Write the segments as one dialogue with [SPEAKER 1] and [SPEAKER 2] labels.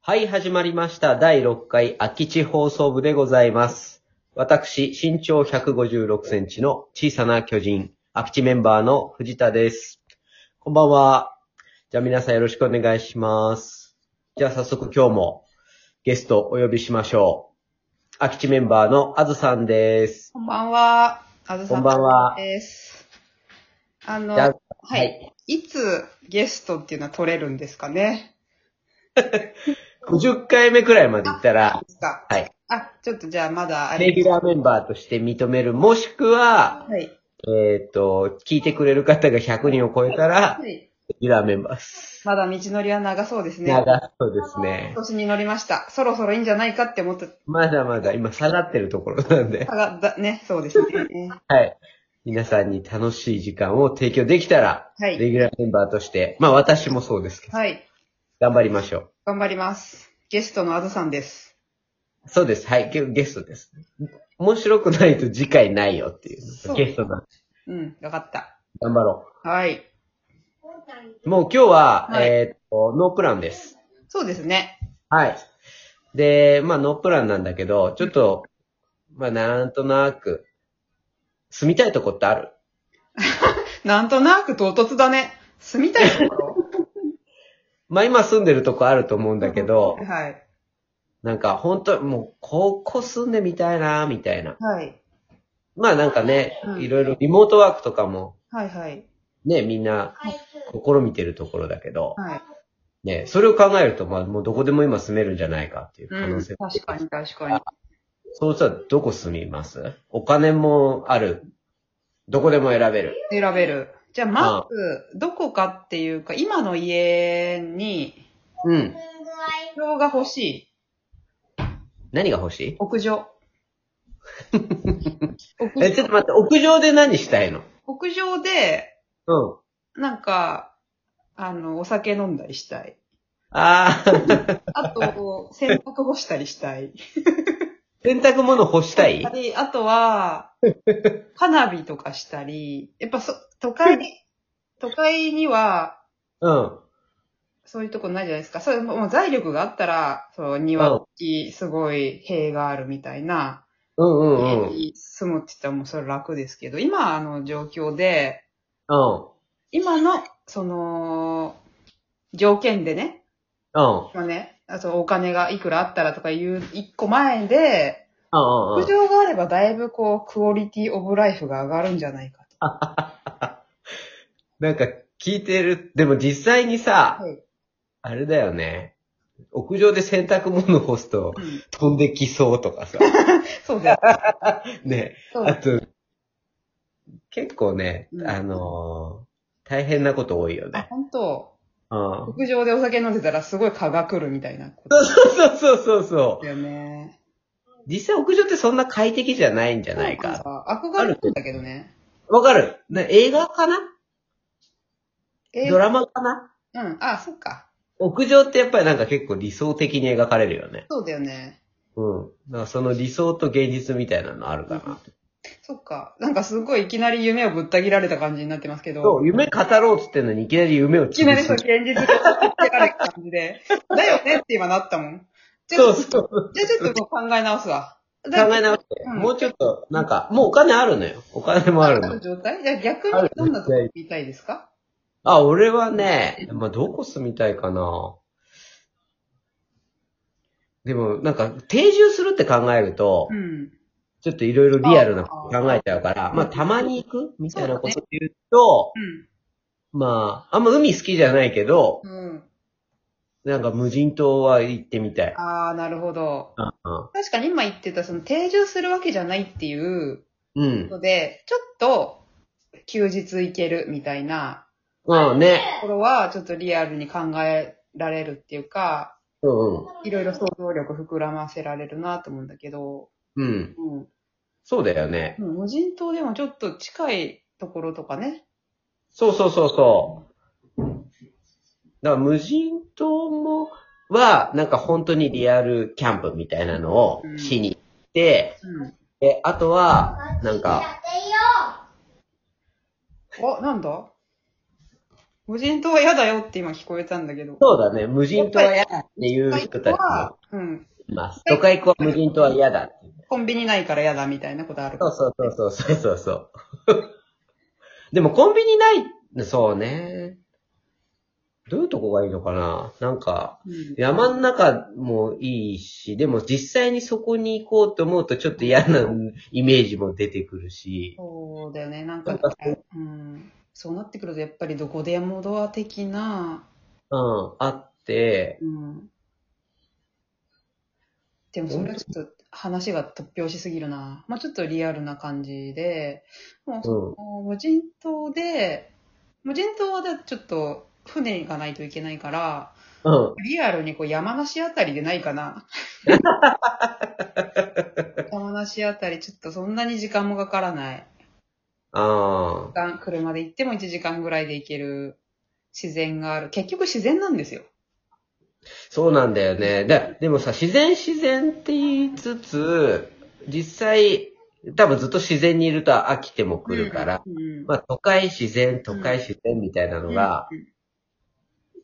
[SPEAKER 1] はい、始まりました。第6回空き地放送部でございます。私、身長156センチの小さな巨人、空き地メンバーの藤田です。こんばんは。じゃあ皆さんよろしくお願いします。じゃあ早速今日もゲストお呼びしましょう。空き地メンバーのあずさんです。
[SPEAKER 2] こんばんは。あずさ
[SPEAKER 1] こんばんは
[SPEAKER 2] です。あの、
[SPEAKER 1] じゃあ
[SPEAKER 2] は
[SPEAKER 1] はい
[SPEAKER 2] い。いつゲストっていうのは取れるんですかね
[SPEAKER 1] 50回目くらいまで行ったら、
[SPEAKER 2] ですか
[SPEAKER 1] はい。
[SPEAKER 2] あ、ちょっとじゃあまだあれ。
[SPEAKER 1] レギュラーメンバーとして認める、もしくは、
[SPEAKER 2] はい。
[SPEAKER 1] えっ、と、聞いてくれる方が100人を超えたら、
[SPEAKER 2] はい。
[SPEAKER 1] レギュラーメンバーです。
[SPEAKER 2] まだ道のりは長そうですね。
[SPEAKER 1] 長そうですね
[SPEAKER 2] 今。年に乗りました。そろそろいいんじゃないかって思った
[SPEAKER 1] まだまだ今下がってるところなんで、
[SPEAKER 2] が、だね、そうです ね。
[SPEAKER 1] はい。皆さんに楽しい時間を提供できたら、
[SPEAKER 2] はい
[SPEAKER 1] レギュラーメンバーとして、まあ私もそうですけど、
[SPEAKER 2] はい。
[SPEAKER 1] 頑張りましょう。
[SPEAKER 2] 頑張ります。ゲストのあずさんです。
[SPEAKER 1] そうです。はい。ゲゲストです。面白くないと次回ないよっていう。
[SPEAKER 2] そう
[SPEAKER 1] ゲストなんで
[SPEAKER 2] うん、わかった。
[SPEAKER 1] 頑張ろ
[SPEAKER 2] はい。
[SPEAKER 1] う。もう今日は、
[SPEAKER 2] はい
[SPEAKER 1] えーっと、ノープランです。
[SPEAKER 2] そうですね。
[SPEAKER 1] はい。で、まあ、ノープランなんだけど、ちょっと、まあ、なんとなく、住みたいとこってある
[SPEAKER 2] なんとなく唐突だね。住みたいとこ ろ
[SPEAKER 1] まあ、今住んでるとこあると思うんだけど、
[SPEAKER 2] はい。
[SPEAKER 1] なんか、本当もう、ここ住んでみたいな、みたいな。
[SPEAKER 2] はい。
[SPEAKER 1] まあ、なんかね
[SPEAKER 2] う、ん
[SPEAKER 1] いろいろリモートワークとかも、
[SPEAKER 2] はいはい。
[SPEAKER 1] ね、みんな、試みてるところだけど、
[SPEAKER 2] はい。
[SPEAKER 1] ね、それを考えると、まあ、もうどこでも今住めるんじゃないかっていう可
[SPEAKER 2] う
[SPEAKER 1] 能
[SPEAKER 2] ん、
[SPEAKER 1] 性
[SPEAKER 2] 確かに確かに。
[SPEAKER 1] そうしたら、どこ住みますお金もある。どこでも選べる。
[SPEAKER 2] 選べる。じゃあ、まず、どこかっていうか、今の家に、
[SPEAKER 1] うん。
[SPEAKER 2] 屋上が欲しい。
[SPEAKER 1] 何が欲しい
[SPEAKER 2] 屋上。屋
[SPEAKER 1] え、ちょっ
[SPEAKER 2] 上
[SPEAKER 1] と待って、屋上で何したいの
[SPEAKER 2] 屋上で、
[SPEAKER 1] うん。
[SPEAKER 2] なんか、あの、お酒飲んだりしたい。
[SPEAKER 1] あー、
[SPEAKER 2] あと、洗濯干したりしたい。
[SPEAKER 1] 洗濯物干したい
[SPEAKER 2] であとは、花火とかしたり、やっぱそ、都会、都会には、
[SPEAKER 1] うん。
[SPEAKER 2] そういうとこないじゃないですか。それももう財力があったら、そう、庭大きい、すごい塀があるみたいな、
[SPEAKER 1] うんう
[SPEAKER 2] 家
[SPEAKER 1] んうん。うん。
[SPEAKER 2] に住むって言ったらもうそれ楽ですけど、今あの状況で、今の、その、条件でね、
[SPEAKER 1] うん。
[SPEAKER 2] まあね、あとお金がいくらあったらとかいう一個前で、
[SPEAKER 1] うん。う
[SPEAKER 2] 屋
[SPEAKER 1] ん。
[SPEAKER 2] 上があればだいぶこう、クオリティオブライフが上がるんじゃないかと。
[SPEAKER 1] なんか、聞いてる。でも実際にさ、
[SPEAKER 2] はい
[SPEAKER 1] あれだよね。屋上で洗濯物干すと
[SPEAKER 2] うん
[SPEAKER 1] 飛んできそうと かさ。
[SPEAKER 2] そうです。
[SPEAKER 1] ね。
[SPEAKER 2] そう
[SPEAKER 1] あ
[SPEAKER 2] です。
[SPEAKER 1] と、結構ね
[SPEAKER 2] う、ん
[SPEAKER 1] あのー大変なこと多いよ
[SPEAKER 2] あ
[SPEAKER 1] ね。
[SPEAKER 2] 本当
[SPEAKER 1] うん。
[SPEAKER 2] 屋上でお酒飲んでたらすごい蚊が来るみたいなこと
[SPEAKER 1] そうそうそうそ
[SPEAKER 2] だよね。
[SPEAKER 1] う。実際屋上ってそんな快適じゃないんじゃないか。
[SPEAKER 2] 憧れるんだけどね。
[SPEAKER 1] わかる。ね、映画かな
[SPEAKER 2] え
[SPEAKER 1] ドラマかな
[SPEAKER 2] うん。あ、そっか。
[SPEAKER 1] 屋上ってやっぱりなんか結構理想的に描かれるよね。
[SPEAKER 2] そうだよね。
[SPEAKER 1] うん。なんかその理想と現実みたいなのあるかな。
[SPEAKER 2] そっか。なんかすごいいきなり夢をぶった切られた感じになってますけど。
[SPEAKER 1] そう、夢語ろうっつってんのにいきなり夢を
[SPEAKER 2] いきなりそう、
[SPEAKER 1] 潰
[SPEAKER 2] 現
[SPEAKER 1] す
[SPEAKER 2] 実がぶった切られた感 じで。だよねって今なったもん。じゃあ、
[SPEAKER 1] そうそう。
[SPEAKER 2] じゃあちょっと考え直すわ。考
[SPEAKER 1] 考え直して。
[SPEAKER 2] うん
[SPEAKER 1] もうちょっと、なんか、もうお金あるのよ。お金もあるの。
[SPEAKER 2] 状態じゃあ逆
[SPEAKER 1] ある
[SPEAKER 2] にどんなところ見たいですか
[SPEAKER 1] あ、俺はね、まあ、どこ住みたいかな。でも、なんか、定住するって考えると
[SPEAKER 2] う、ん。
[SPEAKER 1] ちょっといろいろリアルなこと考えちゃうから、まあ、たまに行くみたいなこと言うと、まあ、あんま海好きじゃないけど、
[SPEAKER 2] うん。うん。
[SPEAKER 1] なんか無人島は行ってみたい。
[SPEAKER 2] ああ、なるほど。
[SPEAKER 1] うん
[SPEAKER 2] 確かに今言ってた、その定住するわけじゃないっていう
[SPEAKER 1] うん。
[SPEAKER 2] ので、ちょっと休日行けるみたいな
[SPEAKER 1] まあね。
[SPEAKER 2] ところは、ちょっとリアルに考えられるっていうか、
[SPEAKER 1] うんうん。
[SPEAKER 2] いろいろ想像力膨らませられるなと思うんだけど、
[SPEAKER 1] うん。
[SPEAKER 2] うん。
[SPEAKER 1] そうだよね。
[SPEAKER 2] うん無人島でもちょっと近いところとかね。
[SPEAKER 1] そうそうそうそう。だから無人島も、は、なんか本当にリアルキャンプみたいなのをしに行って、
[SPEAKER 2] うん。
[SPEAKER 1] で、あとは、なんか、
[SPEAKER 2] お、なんだ無人島は嫌だよって今聞こえたんだけど。
[SPEAKER 1] そうだね。無人島は嫌だっていう人たちも
[SPEAKER 2] うん。
[SPEAKER 1] います。都会っ子は無人島は嫌だっていう。
[SPEAKER 2] コンビニないから嫌だみたいなことある
[SPEAKER 1] そうそうそうそうそうそう。でもコンビニない、そうね。どういうとこがいいのかななんか、
[SPEAKER 2] うん
[SPEAKER 1] 山の中もいいし、でも実際にそこに行こうと思うとちょっと嫌なイメージも出てくるし。
[SPEAKER 2] そうだよね。な
[SPEAKER 1] な
[SPEAKER 2] んか
[SPEAKER 1] ん、かそう
[SPEAKER 2] うん。そうなってくると、やっぱりどこでもドア的な、
[SPEAKER 1] うん、あって、
[SPEAKER 2] うん。でもそれはちょっと話が突拍子すぎるな。まあちょっとリアルな感じで、もう
[SPEAKER 1] う
[SPEAKER 2] そ
[SPEAKER 1] ん、
[SPEAKER 2] の無人島で、無人島でちょっと船に行かないといけないから、
[SPEAKER 1] うん。
[SPEAKER 2] リアルにこう山梨あたりでないか な。山梨あたり、ちょっとそんなに時間もかからない。
[SPEAKER 1] あ
[SPEAKER 2] 時間車で行っても1時間ぐらいで行ける自然がある。結局自然なんですよ。
[SPEAKER 1] ーそうなんだよね。で、でもさ、自然自然って言いつつ、実際、多分ずっと自然にいると飽きてもくるから、
[SPEAKER 2] うん。
[SPEAKER 1] まあ都会自然、都会自然みたいなのが
[SPEAKER 2] うんうん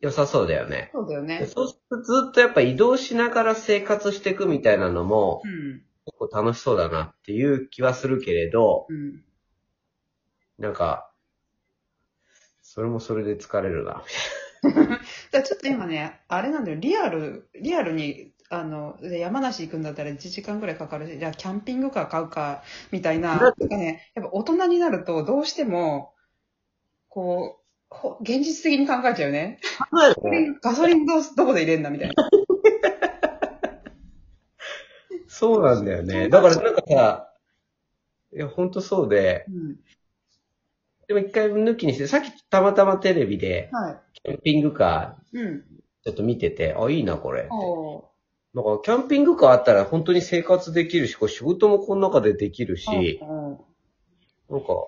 [SPEAKER 1] 良さそうだよね。
[SPEAKER 2] そうだよね。
[SPEAKER 1] そうするとずっとやっぱ移動しながら生活していくみたいなのも
[SPEAKER 2] うん。
[SPEAKER 1] 結構楽しそうだなっていう気はするけれど、
[SPEAKER 2] うん。
[SPEAKER 1] なんか、それもそれで疲れるな。
[SPEAKER 2] だからちょっと今ね、あれなんだよ、リアル、リアルに、あの、山梨行くんだったら1時間ぐらいかかるし、じゃあキャンピングカー買うか、みたいな、
[SPEAKER 1] だ
[SPEAKER 2] なんかね、やっぱ大人になるとどうしても、こう、ほ現実的に考えちゃうよね。ガソリンどうすどこで入れんだみたいな。
[SPEAKER 1] そうなんだよね。だからなんかさ、いや、ほんとそうで、
[SPEAKER 2] うん。
[SPEAKER 1] でも一回抜きにして、さっきたまたまテレビで、
[SPEAKER 2] は
[SPEAKER 1] キャンピングカー
[SPEAKER 2] い。うん。
[SPEAKER 1] ちょっと見てて、あ、いいな、これ。
[SPEAKER 2] おー
[SPEAKER 1] なんか、キャンピングカーあったら本当に生活できるし、こう仕事もこの中でできるし、
[SPEAKER 2] おー
[SPEAKER 1] なんか、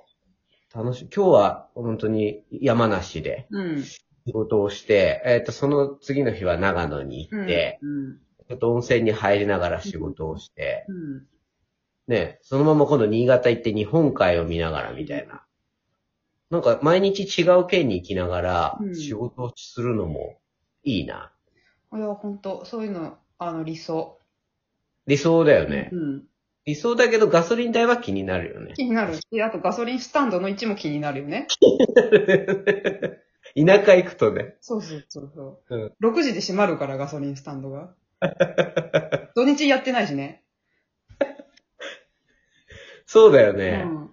[SPEAKER 1] 楽しい。今日は本当に山梨で
[SPEAKER 2] うん。
[SPEAKER 1] 仕事をして、えっ、と、その次の日は長野に行って、
[SPEAKER 2] うん。
[SPEAKER 1] ちょっと温泉に入りながら仕事をして、
[SPEAKER 2] うん。
[SPEAKER 1] ね、そのまま今度新潟行って日本海を見ながらみたいな。なんか、毎日違う県に行きながら
[SPEAKER 2] うん
[SPEAKER 1] 仕事をするのもいいな。
[SPEAKER 2] いや、ほんと、そういうの、あの、理想。
[SPEAKER 1] 理想だよね。
[SPEAKER 2] うん。
[SPEAKER 1] 理想だけどガソリン代は気になるよね。
[SPEAKER 2] 気になるし、あとガソリンスタンドの位置も気になるよね。
[SPEAKER 1] 田舎行くとね。
[SPEAKER 2] そうそうそうそうう、6時で閉まるから、ガソリンスタン ドが。土日やってないしね。
[SPEAKER 1] そうだよ
[SPEAKER 2] う
[SPEAKER 1] ね。
[SPEAKER 2] ん。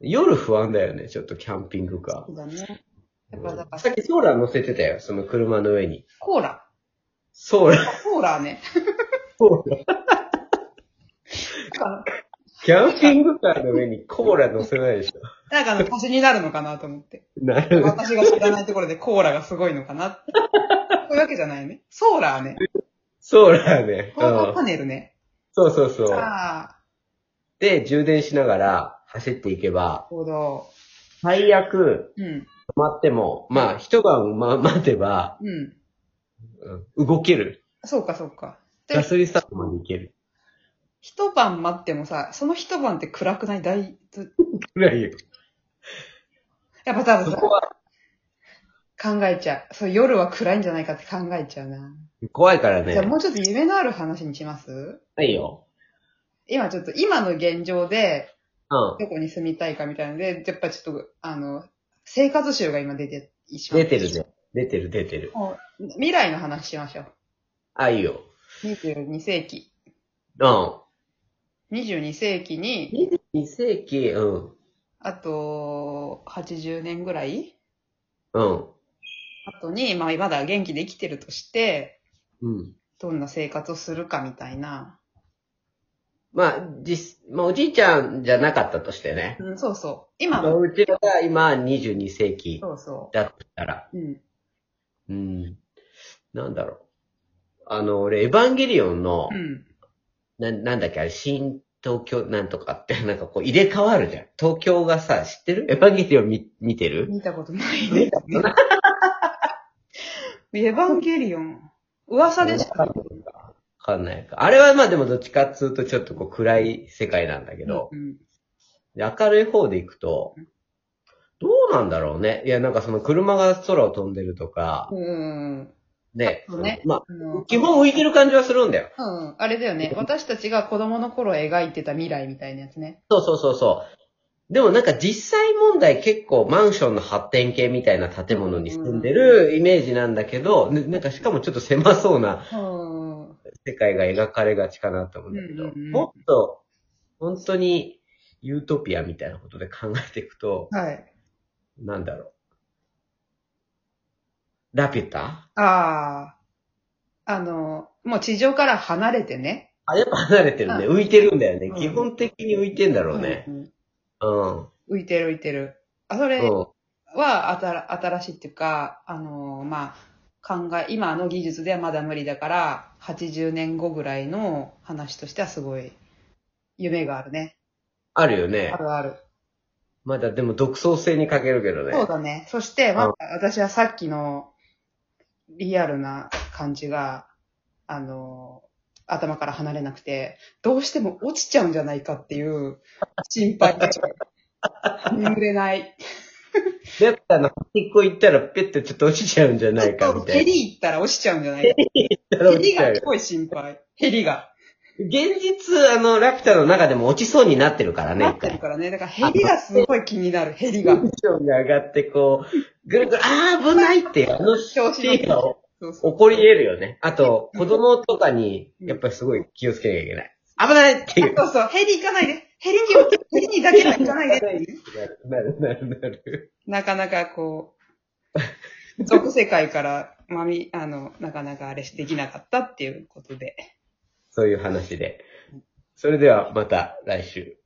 [SPEAKER 1] 夜不安だよね、ちょっとキャンピングカー
[SPEAKER 2] そ。うだね。やっぱ、だから
[SPEAKER 1] さっきソーラー乗せてたよ、その車の上に。
[SPEAKER 2] コーラ。
[SPEAKER 1] ソーラー、
[SPEAKER 2] コーラね。
[SPEAKER 1] ソーラー。
[SPEAKER 2] なんか、
[SPEAKER 1] キャンピングカーの上にコーラ乗せないでしょ。
[SPEAKER 2] なんかあの、足しになるのかなと思って。
[SPEAKER 1] なるほど。
[SPEAKER 2] 私が知らないところでコーラがすごいのかなって。そういうわけじゃないね。ソーラーね。
[SPEAKER 1] ソーラー ね。
[SPEAKER 2] ソ
[SPEAKER 1] う
[SPEAKER 2] ーラーパ
[SPEAKER 1] ん。
[SPEAKER 2] ネルね。
[SPEAKER 1] そうそうそう。
[SPEAKER 2] ああ、
[SPEAKER 1] で、充電しながら走っていけば、
[SPEAKER 2] なるほど。
[SPEAKER 1] 最悪
[SPEAKER 2] うん。
[SPEAKER 1] 止まっても、まあ、一晩、ま、待てば、
[SPEAKER 2] うん。
[SPEAKER 1] うん動ける。
[SPEAKER 2] そうか、そうか。で
[SPEAKER 1] ガソリンスタンドまで行ける。
[SPEAKER 2] 一晩待ってもさ、その一晩って暗くない大、ず
[SPEAKER 1] ぐらいよ。
[SPEAKER 2] やっぱ多分
[SPEAKER 1] そ
[SPEAKER 2] さ
[SPEAKER 1] こは、
[SPEAKER 2] 考えちゃう。そう、夜は暗いんじゃないかって考えちゃうな。
[SPEAKER 1] 怖いからね。
[SPEAKER 2] じゃあもうちょっと夢のある話にします
[SPEAKER 1] ないよ。
[SPEAKER 2] 今ちょっと、今の現状で、
[SPEAKER 1] うん。
[SPEAKER 2] どこに住みたいかみたいなので、やっぱちょっと、あの、生活集が今出て、一緒
[SPEAKER 1] 出てるね。出てる出てる。
[SPEAKER 2] もう未来の話しましょう。
[SPEAKER 1] あ、いいよ。
[SPEAKER 2] 22世紀。
[SPEAKER 1] うん。
[SPEAKER 2] 22世紀に、
[SPEAKER 1] 22世紀、うん。
[SPEAKER 2] あと、80年ぐらい
[SPEAKER 1] うん。
[SPEAKER 2] 後に、まあ、まだ元気で生きてるとして、
[SPEAKER 1] うん。
[SPEAKER 2] どんな生活をするかみたいな。
[SPEAKER 1] まあ、実、まあ、おじいちゃんじゃなかったとしてね。
[SPEAKER 2] うん、そうそう。今
[SPEAKER 1] まあ
[SPEAKER 2] の。
[SPEAKER 1] うちらが今22世紀
[SPEAKER 2] そうそ
[SPEAKER 1] だったら、
[SPEAKER 2] う。うん。
[SPEAKER 1] うん。なんだろう。あの、俺、エヴァンゲリオンの
[SPEAKER 2] う、ん。
[SPEAKER 1] な、なんだっけ、あれ、新東京なんとかって、 なんかこう入れ替わるじゃん。東京がさ、知ってるエヴァンゲリオン見、見てる
[SPEAKER 2] 見たことないね。エヴァンゲリオン。噂でし
[SPEAKER 1] わ
[SPEAKER 2] た。
[SPEAKER 1] かんないか。あれはまあでもどっちかっつうとちょっとこう暗い世界なんだけど、
[SPEAKER 2] うん。
[SPEAKER 1] で明るい方で行くと、どうなんだろうね。いや、なんかその車が空を飛んでるとか、
[SPEAKER 2] うん。
[SPEAKER 1] ね。
[SPEAKER 2] そうね
[SPEAKER 1] ま
[SPEAKER 2] あ
[SPEAKER 1] あ
[SPEAKER 2] の、
[SPEAKER 1] 基本浮いてる感じはするんだよ。
[SPEAKER 2] うん。あれだよね。私たちが子供の頃描いてた未来みたいなやつね。
[SPEAKER 1] そうそうそうそう。でもなんか実際問題結構マンションの発展系みたいな建物に住んでるイメージなんだけど、ねなんかしかもちょっと狭そうな
[SPEAKER 2] うん。うん。
[SPEAKER 1] 世界が描かれがちかなと思うんだけど、
[SPEAKER 2] うんうんうん
[SPEAKER 1] もっと本当にユートピアみたいなことで考えていくと、
[SPEAKER 2] はい。
[SPEAKER 1] なんだろう。ラピュタ
[SPEAKER 2] ああ。あの、もう地上から離れてね。
[SPEAKER 1] あ、やっぱ離れてるね。浮いてるんだよね
[SPEAKER 2] う。ん
[SPEAKER 1] 基本的に浮いてんだろうね。
[SPEAKER 2] うん
[SPEAKER 1] うん。うん。
[SPEAKER 2] 浮いてる浮いてる。あ、それはあたら新しいっていうか、あの、まあ、考え、今の技術ではまだ無理だから、80年後ぐらいの話としてはすごい夢があるね。
[SPEAKER 1] あるよ
[SPEAKER 2] あ
[SPEAKER 1] ね。
[SPEAKER 2] るある。
[SPEAKER 1] まだでも独創性に欠けるけどね。
[SPEAKER 2] そうだね。そして、まあ、私はさっきのリアルな感じが、あの、頭から離れなくて、どうしても落ちちゃうんじゃないかっていう心配で、 眠れない。
[SPEAKER 1] だったら、端っこ行ったらペッてちょっと落ちちゃうんじゃないかみた
[SPEAKER 2] ヘ
[SPEAKER 1] いな。
[SPEAKER 2] リ行ったら落ちちゃうんじゃないか。ヘ
[SPEAKER 1] 落
[SPEAKER 2] リ
[SPEAKER 1] ちちゃ
[SPEAKER 2] が
[SPEAKER 1] う
[SPEAKER 2] すごい心配。ヘリが。
[SPEAKER 1] 現実、あの、ラピュタの中でも落ちそうになってるからね、
[SPEAKER 2] なっ
[SPEAKER 1] 一
[SPEAKER 2] てる
[SPEAKER 1] 回。
[SPEAKER 2] からね。だからヘリがすごい気になる。ヘリ
[SPEAKER 1] テ
[SPEAKER 2] が。
[SPEAKER 1] ンションが上がって、こう、ぐるぐる、あー危ないっていう、あのシ
[SPEAKER 2] 調子乗っ
[SPEAKER 1] ーンが起
[SPEAKER 2] てそうそう。
[SPEAKER 1] こり得るよね。あと、子供とかに、やっぱりすごい気をつけなきゃいけない。危ないっていう。
[SPEAKER 2] そうそう。ヘリ行かないで。ヘリに、ヘリにだけは行かないでっていう。
[SPEAKER 1] なるなるなる。
[SPEAKER 2] なかなかこ う、俗世界から、まみ、あの、なかなかあれしできなかったっていうことで。
[SPEAKER 1] そういう話で。それではまた来週。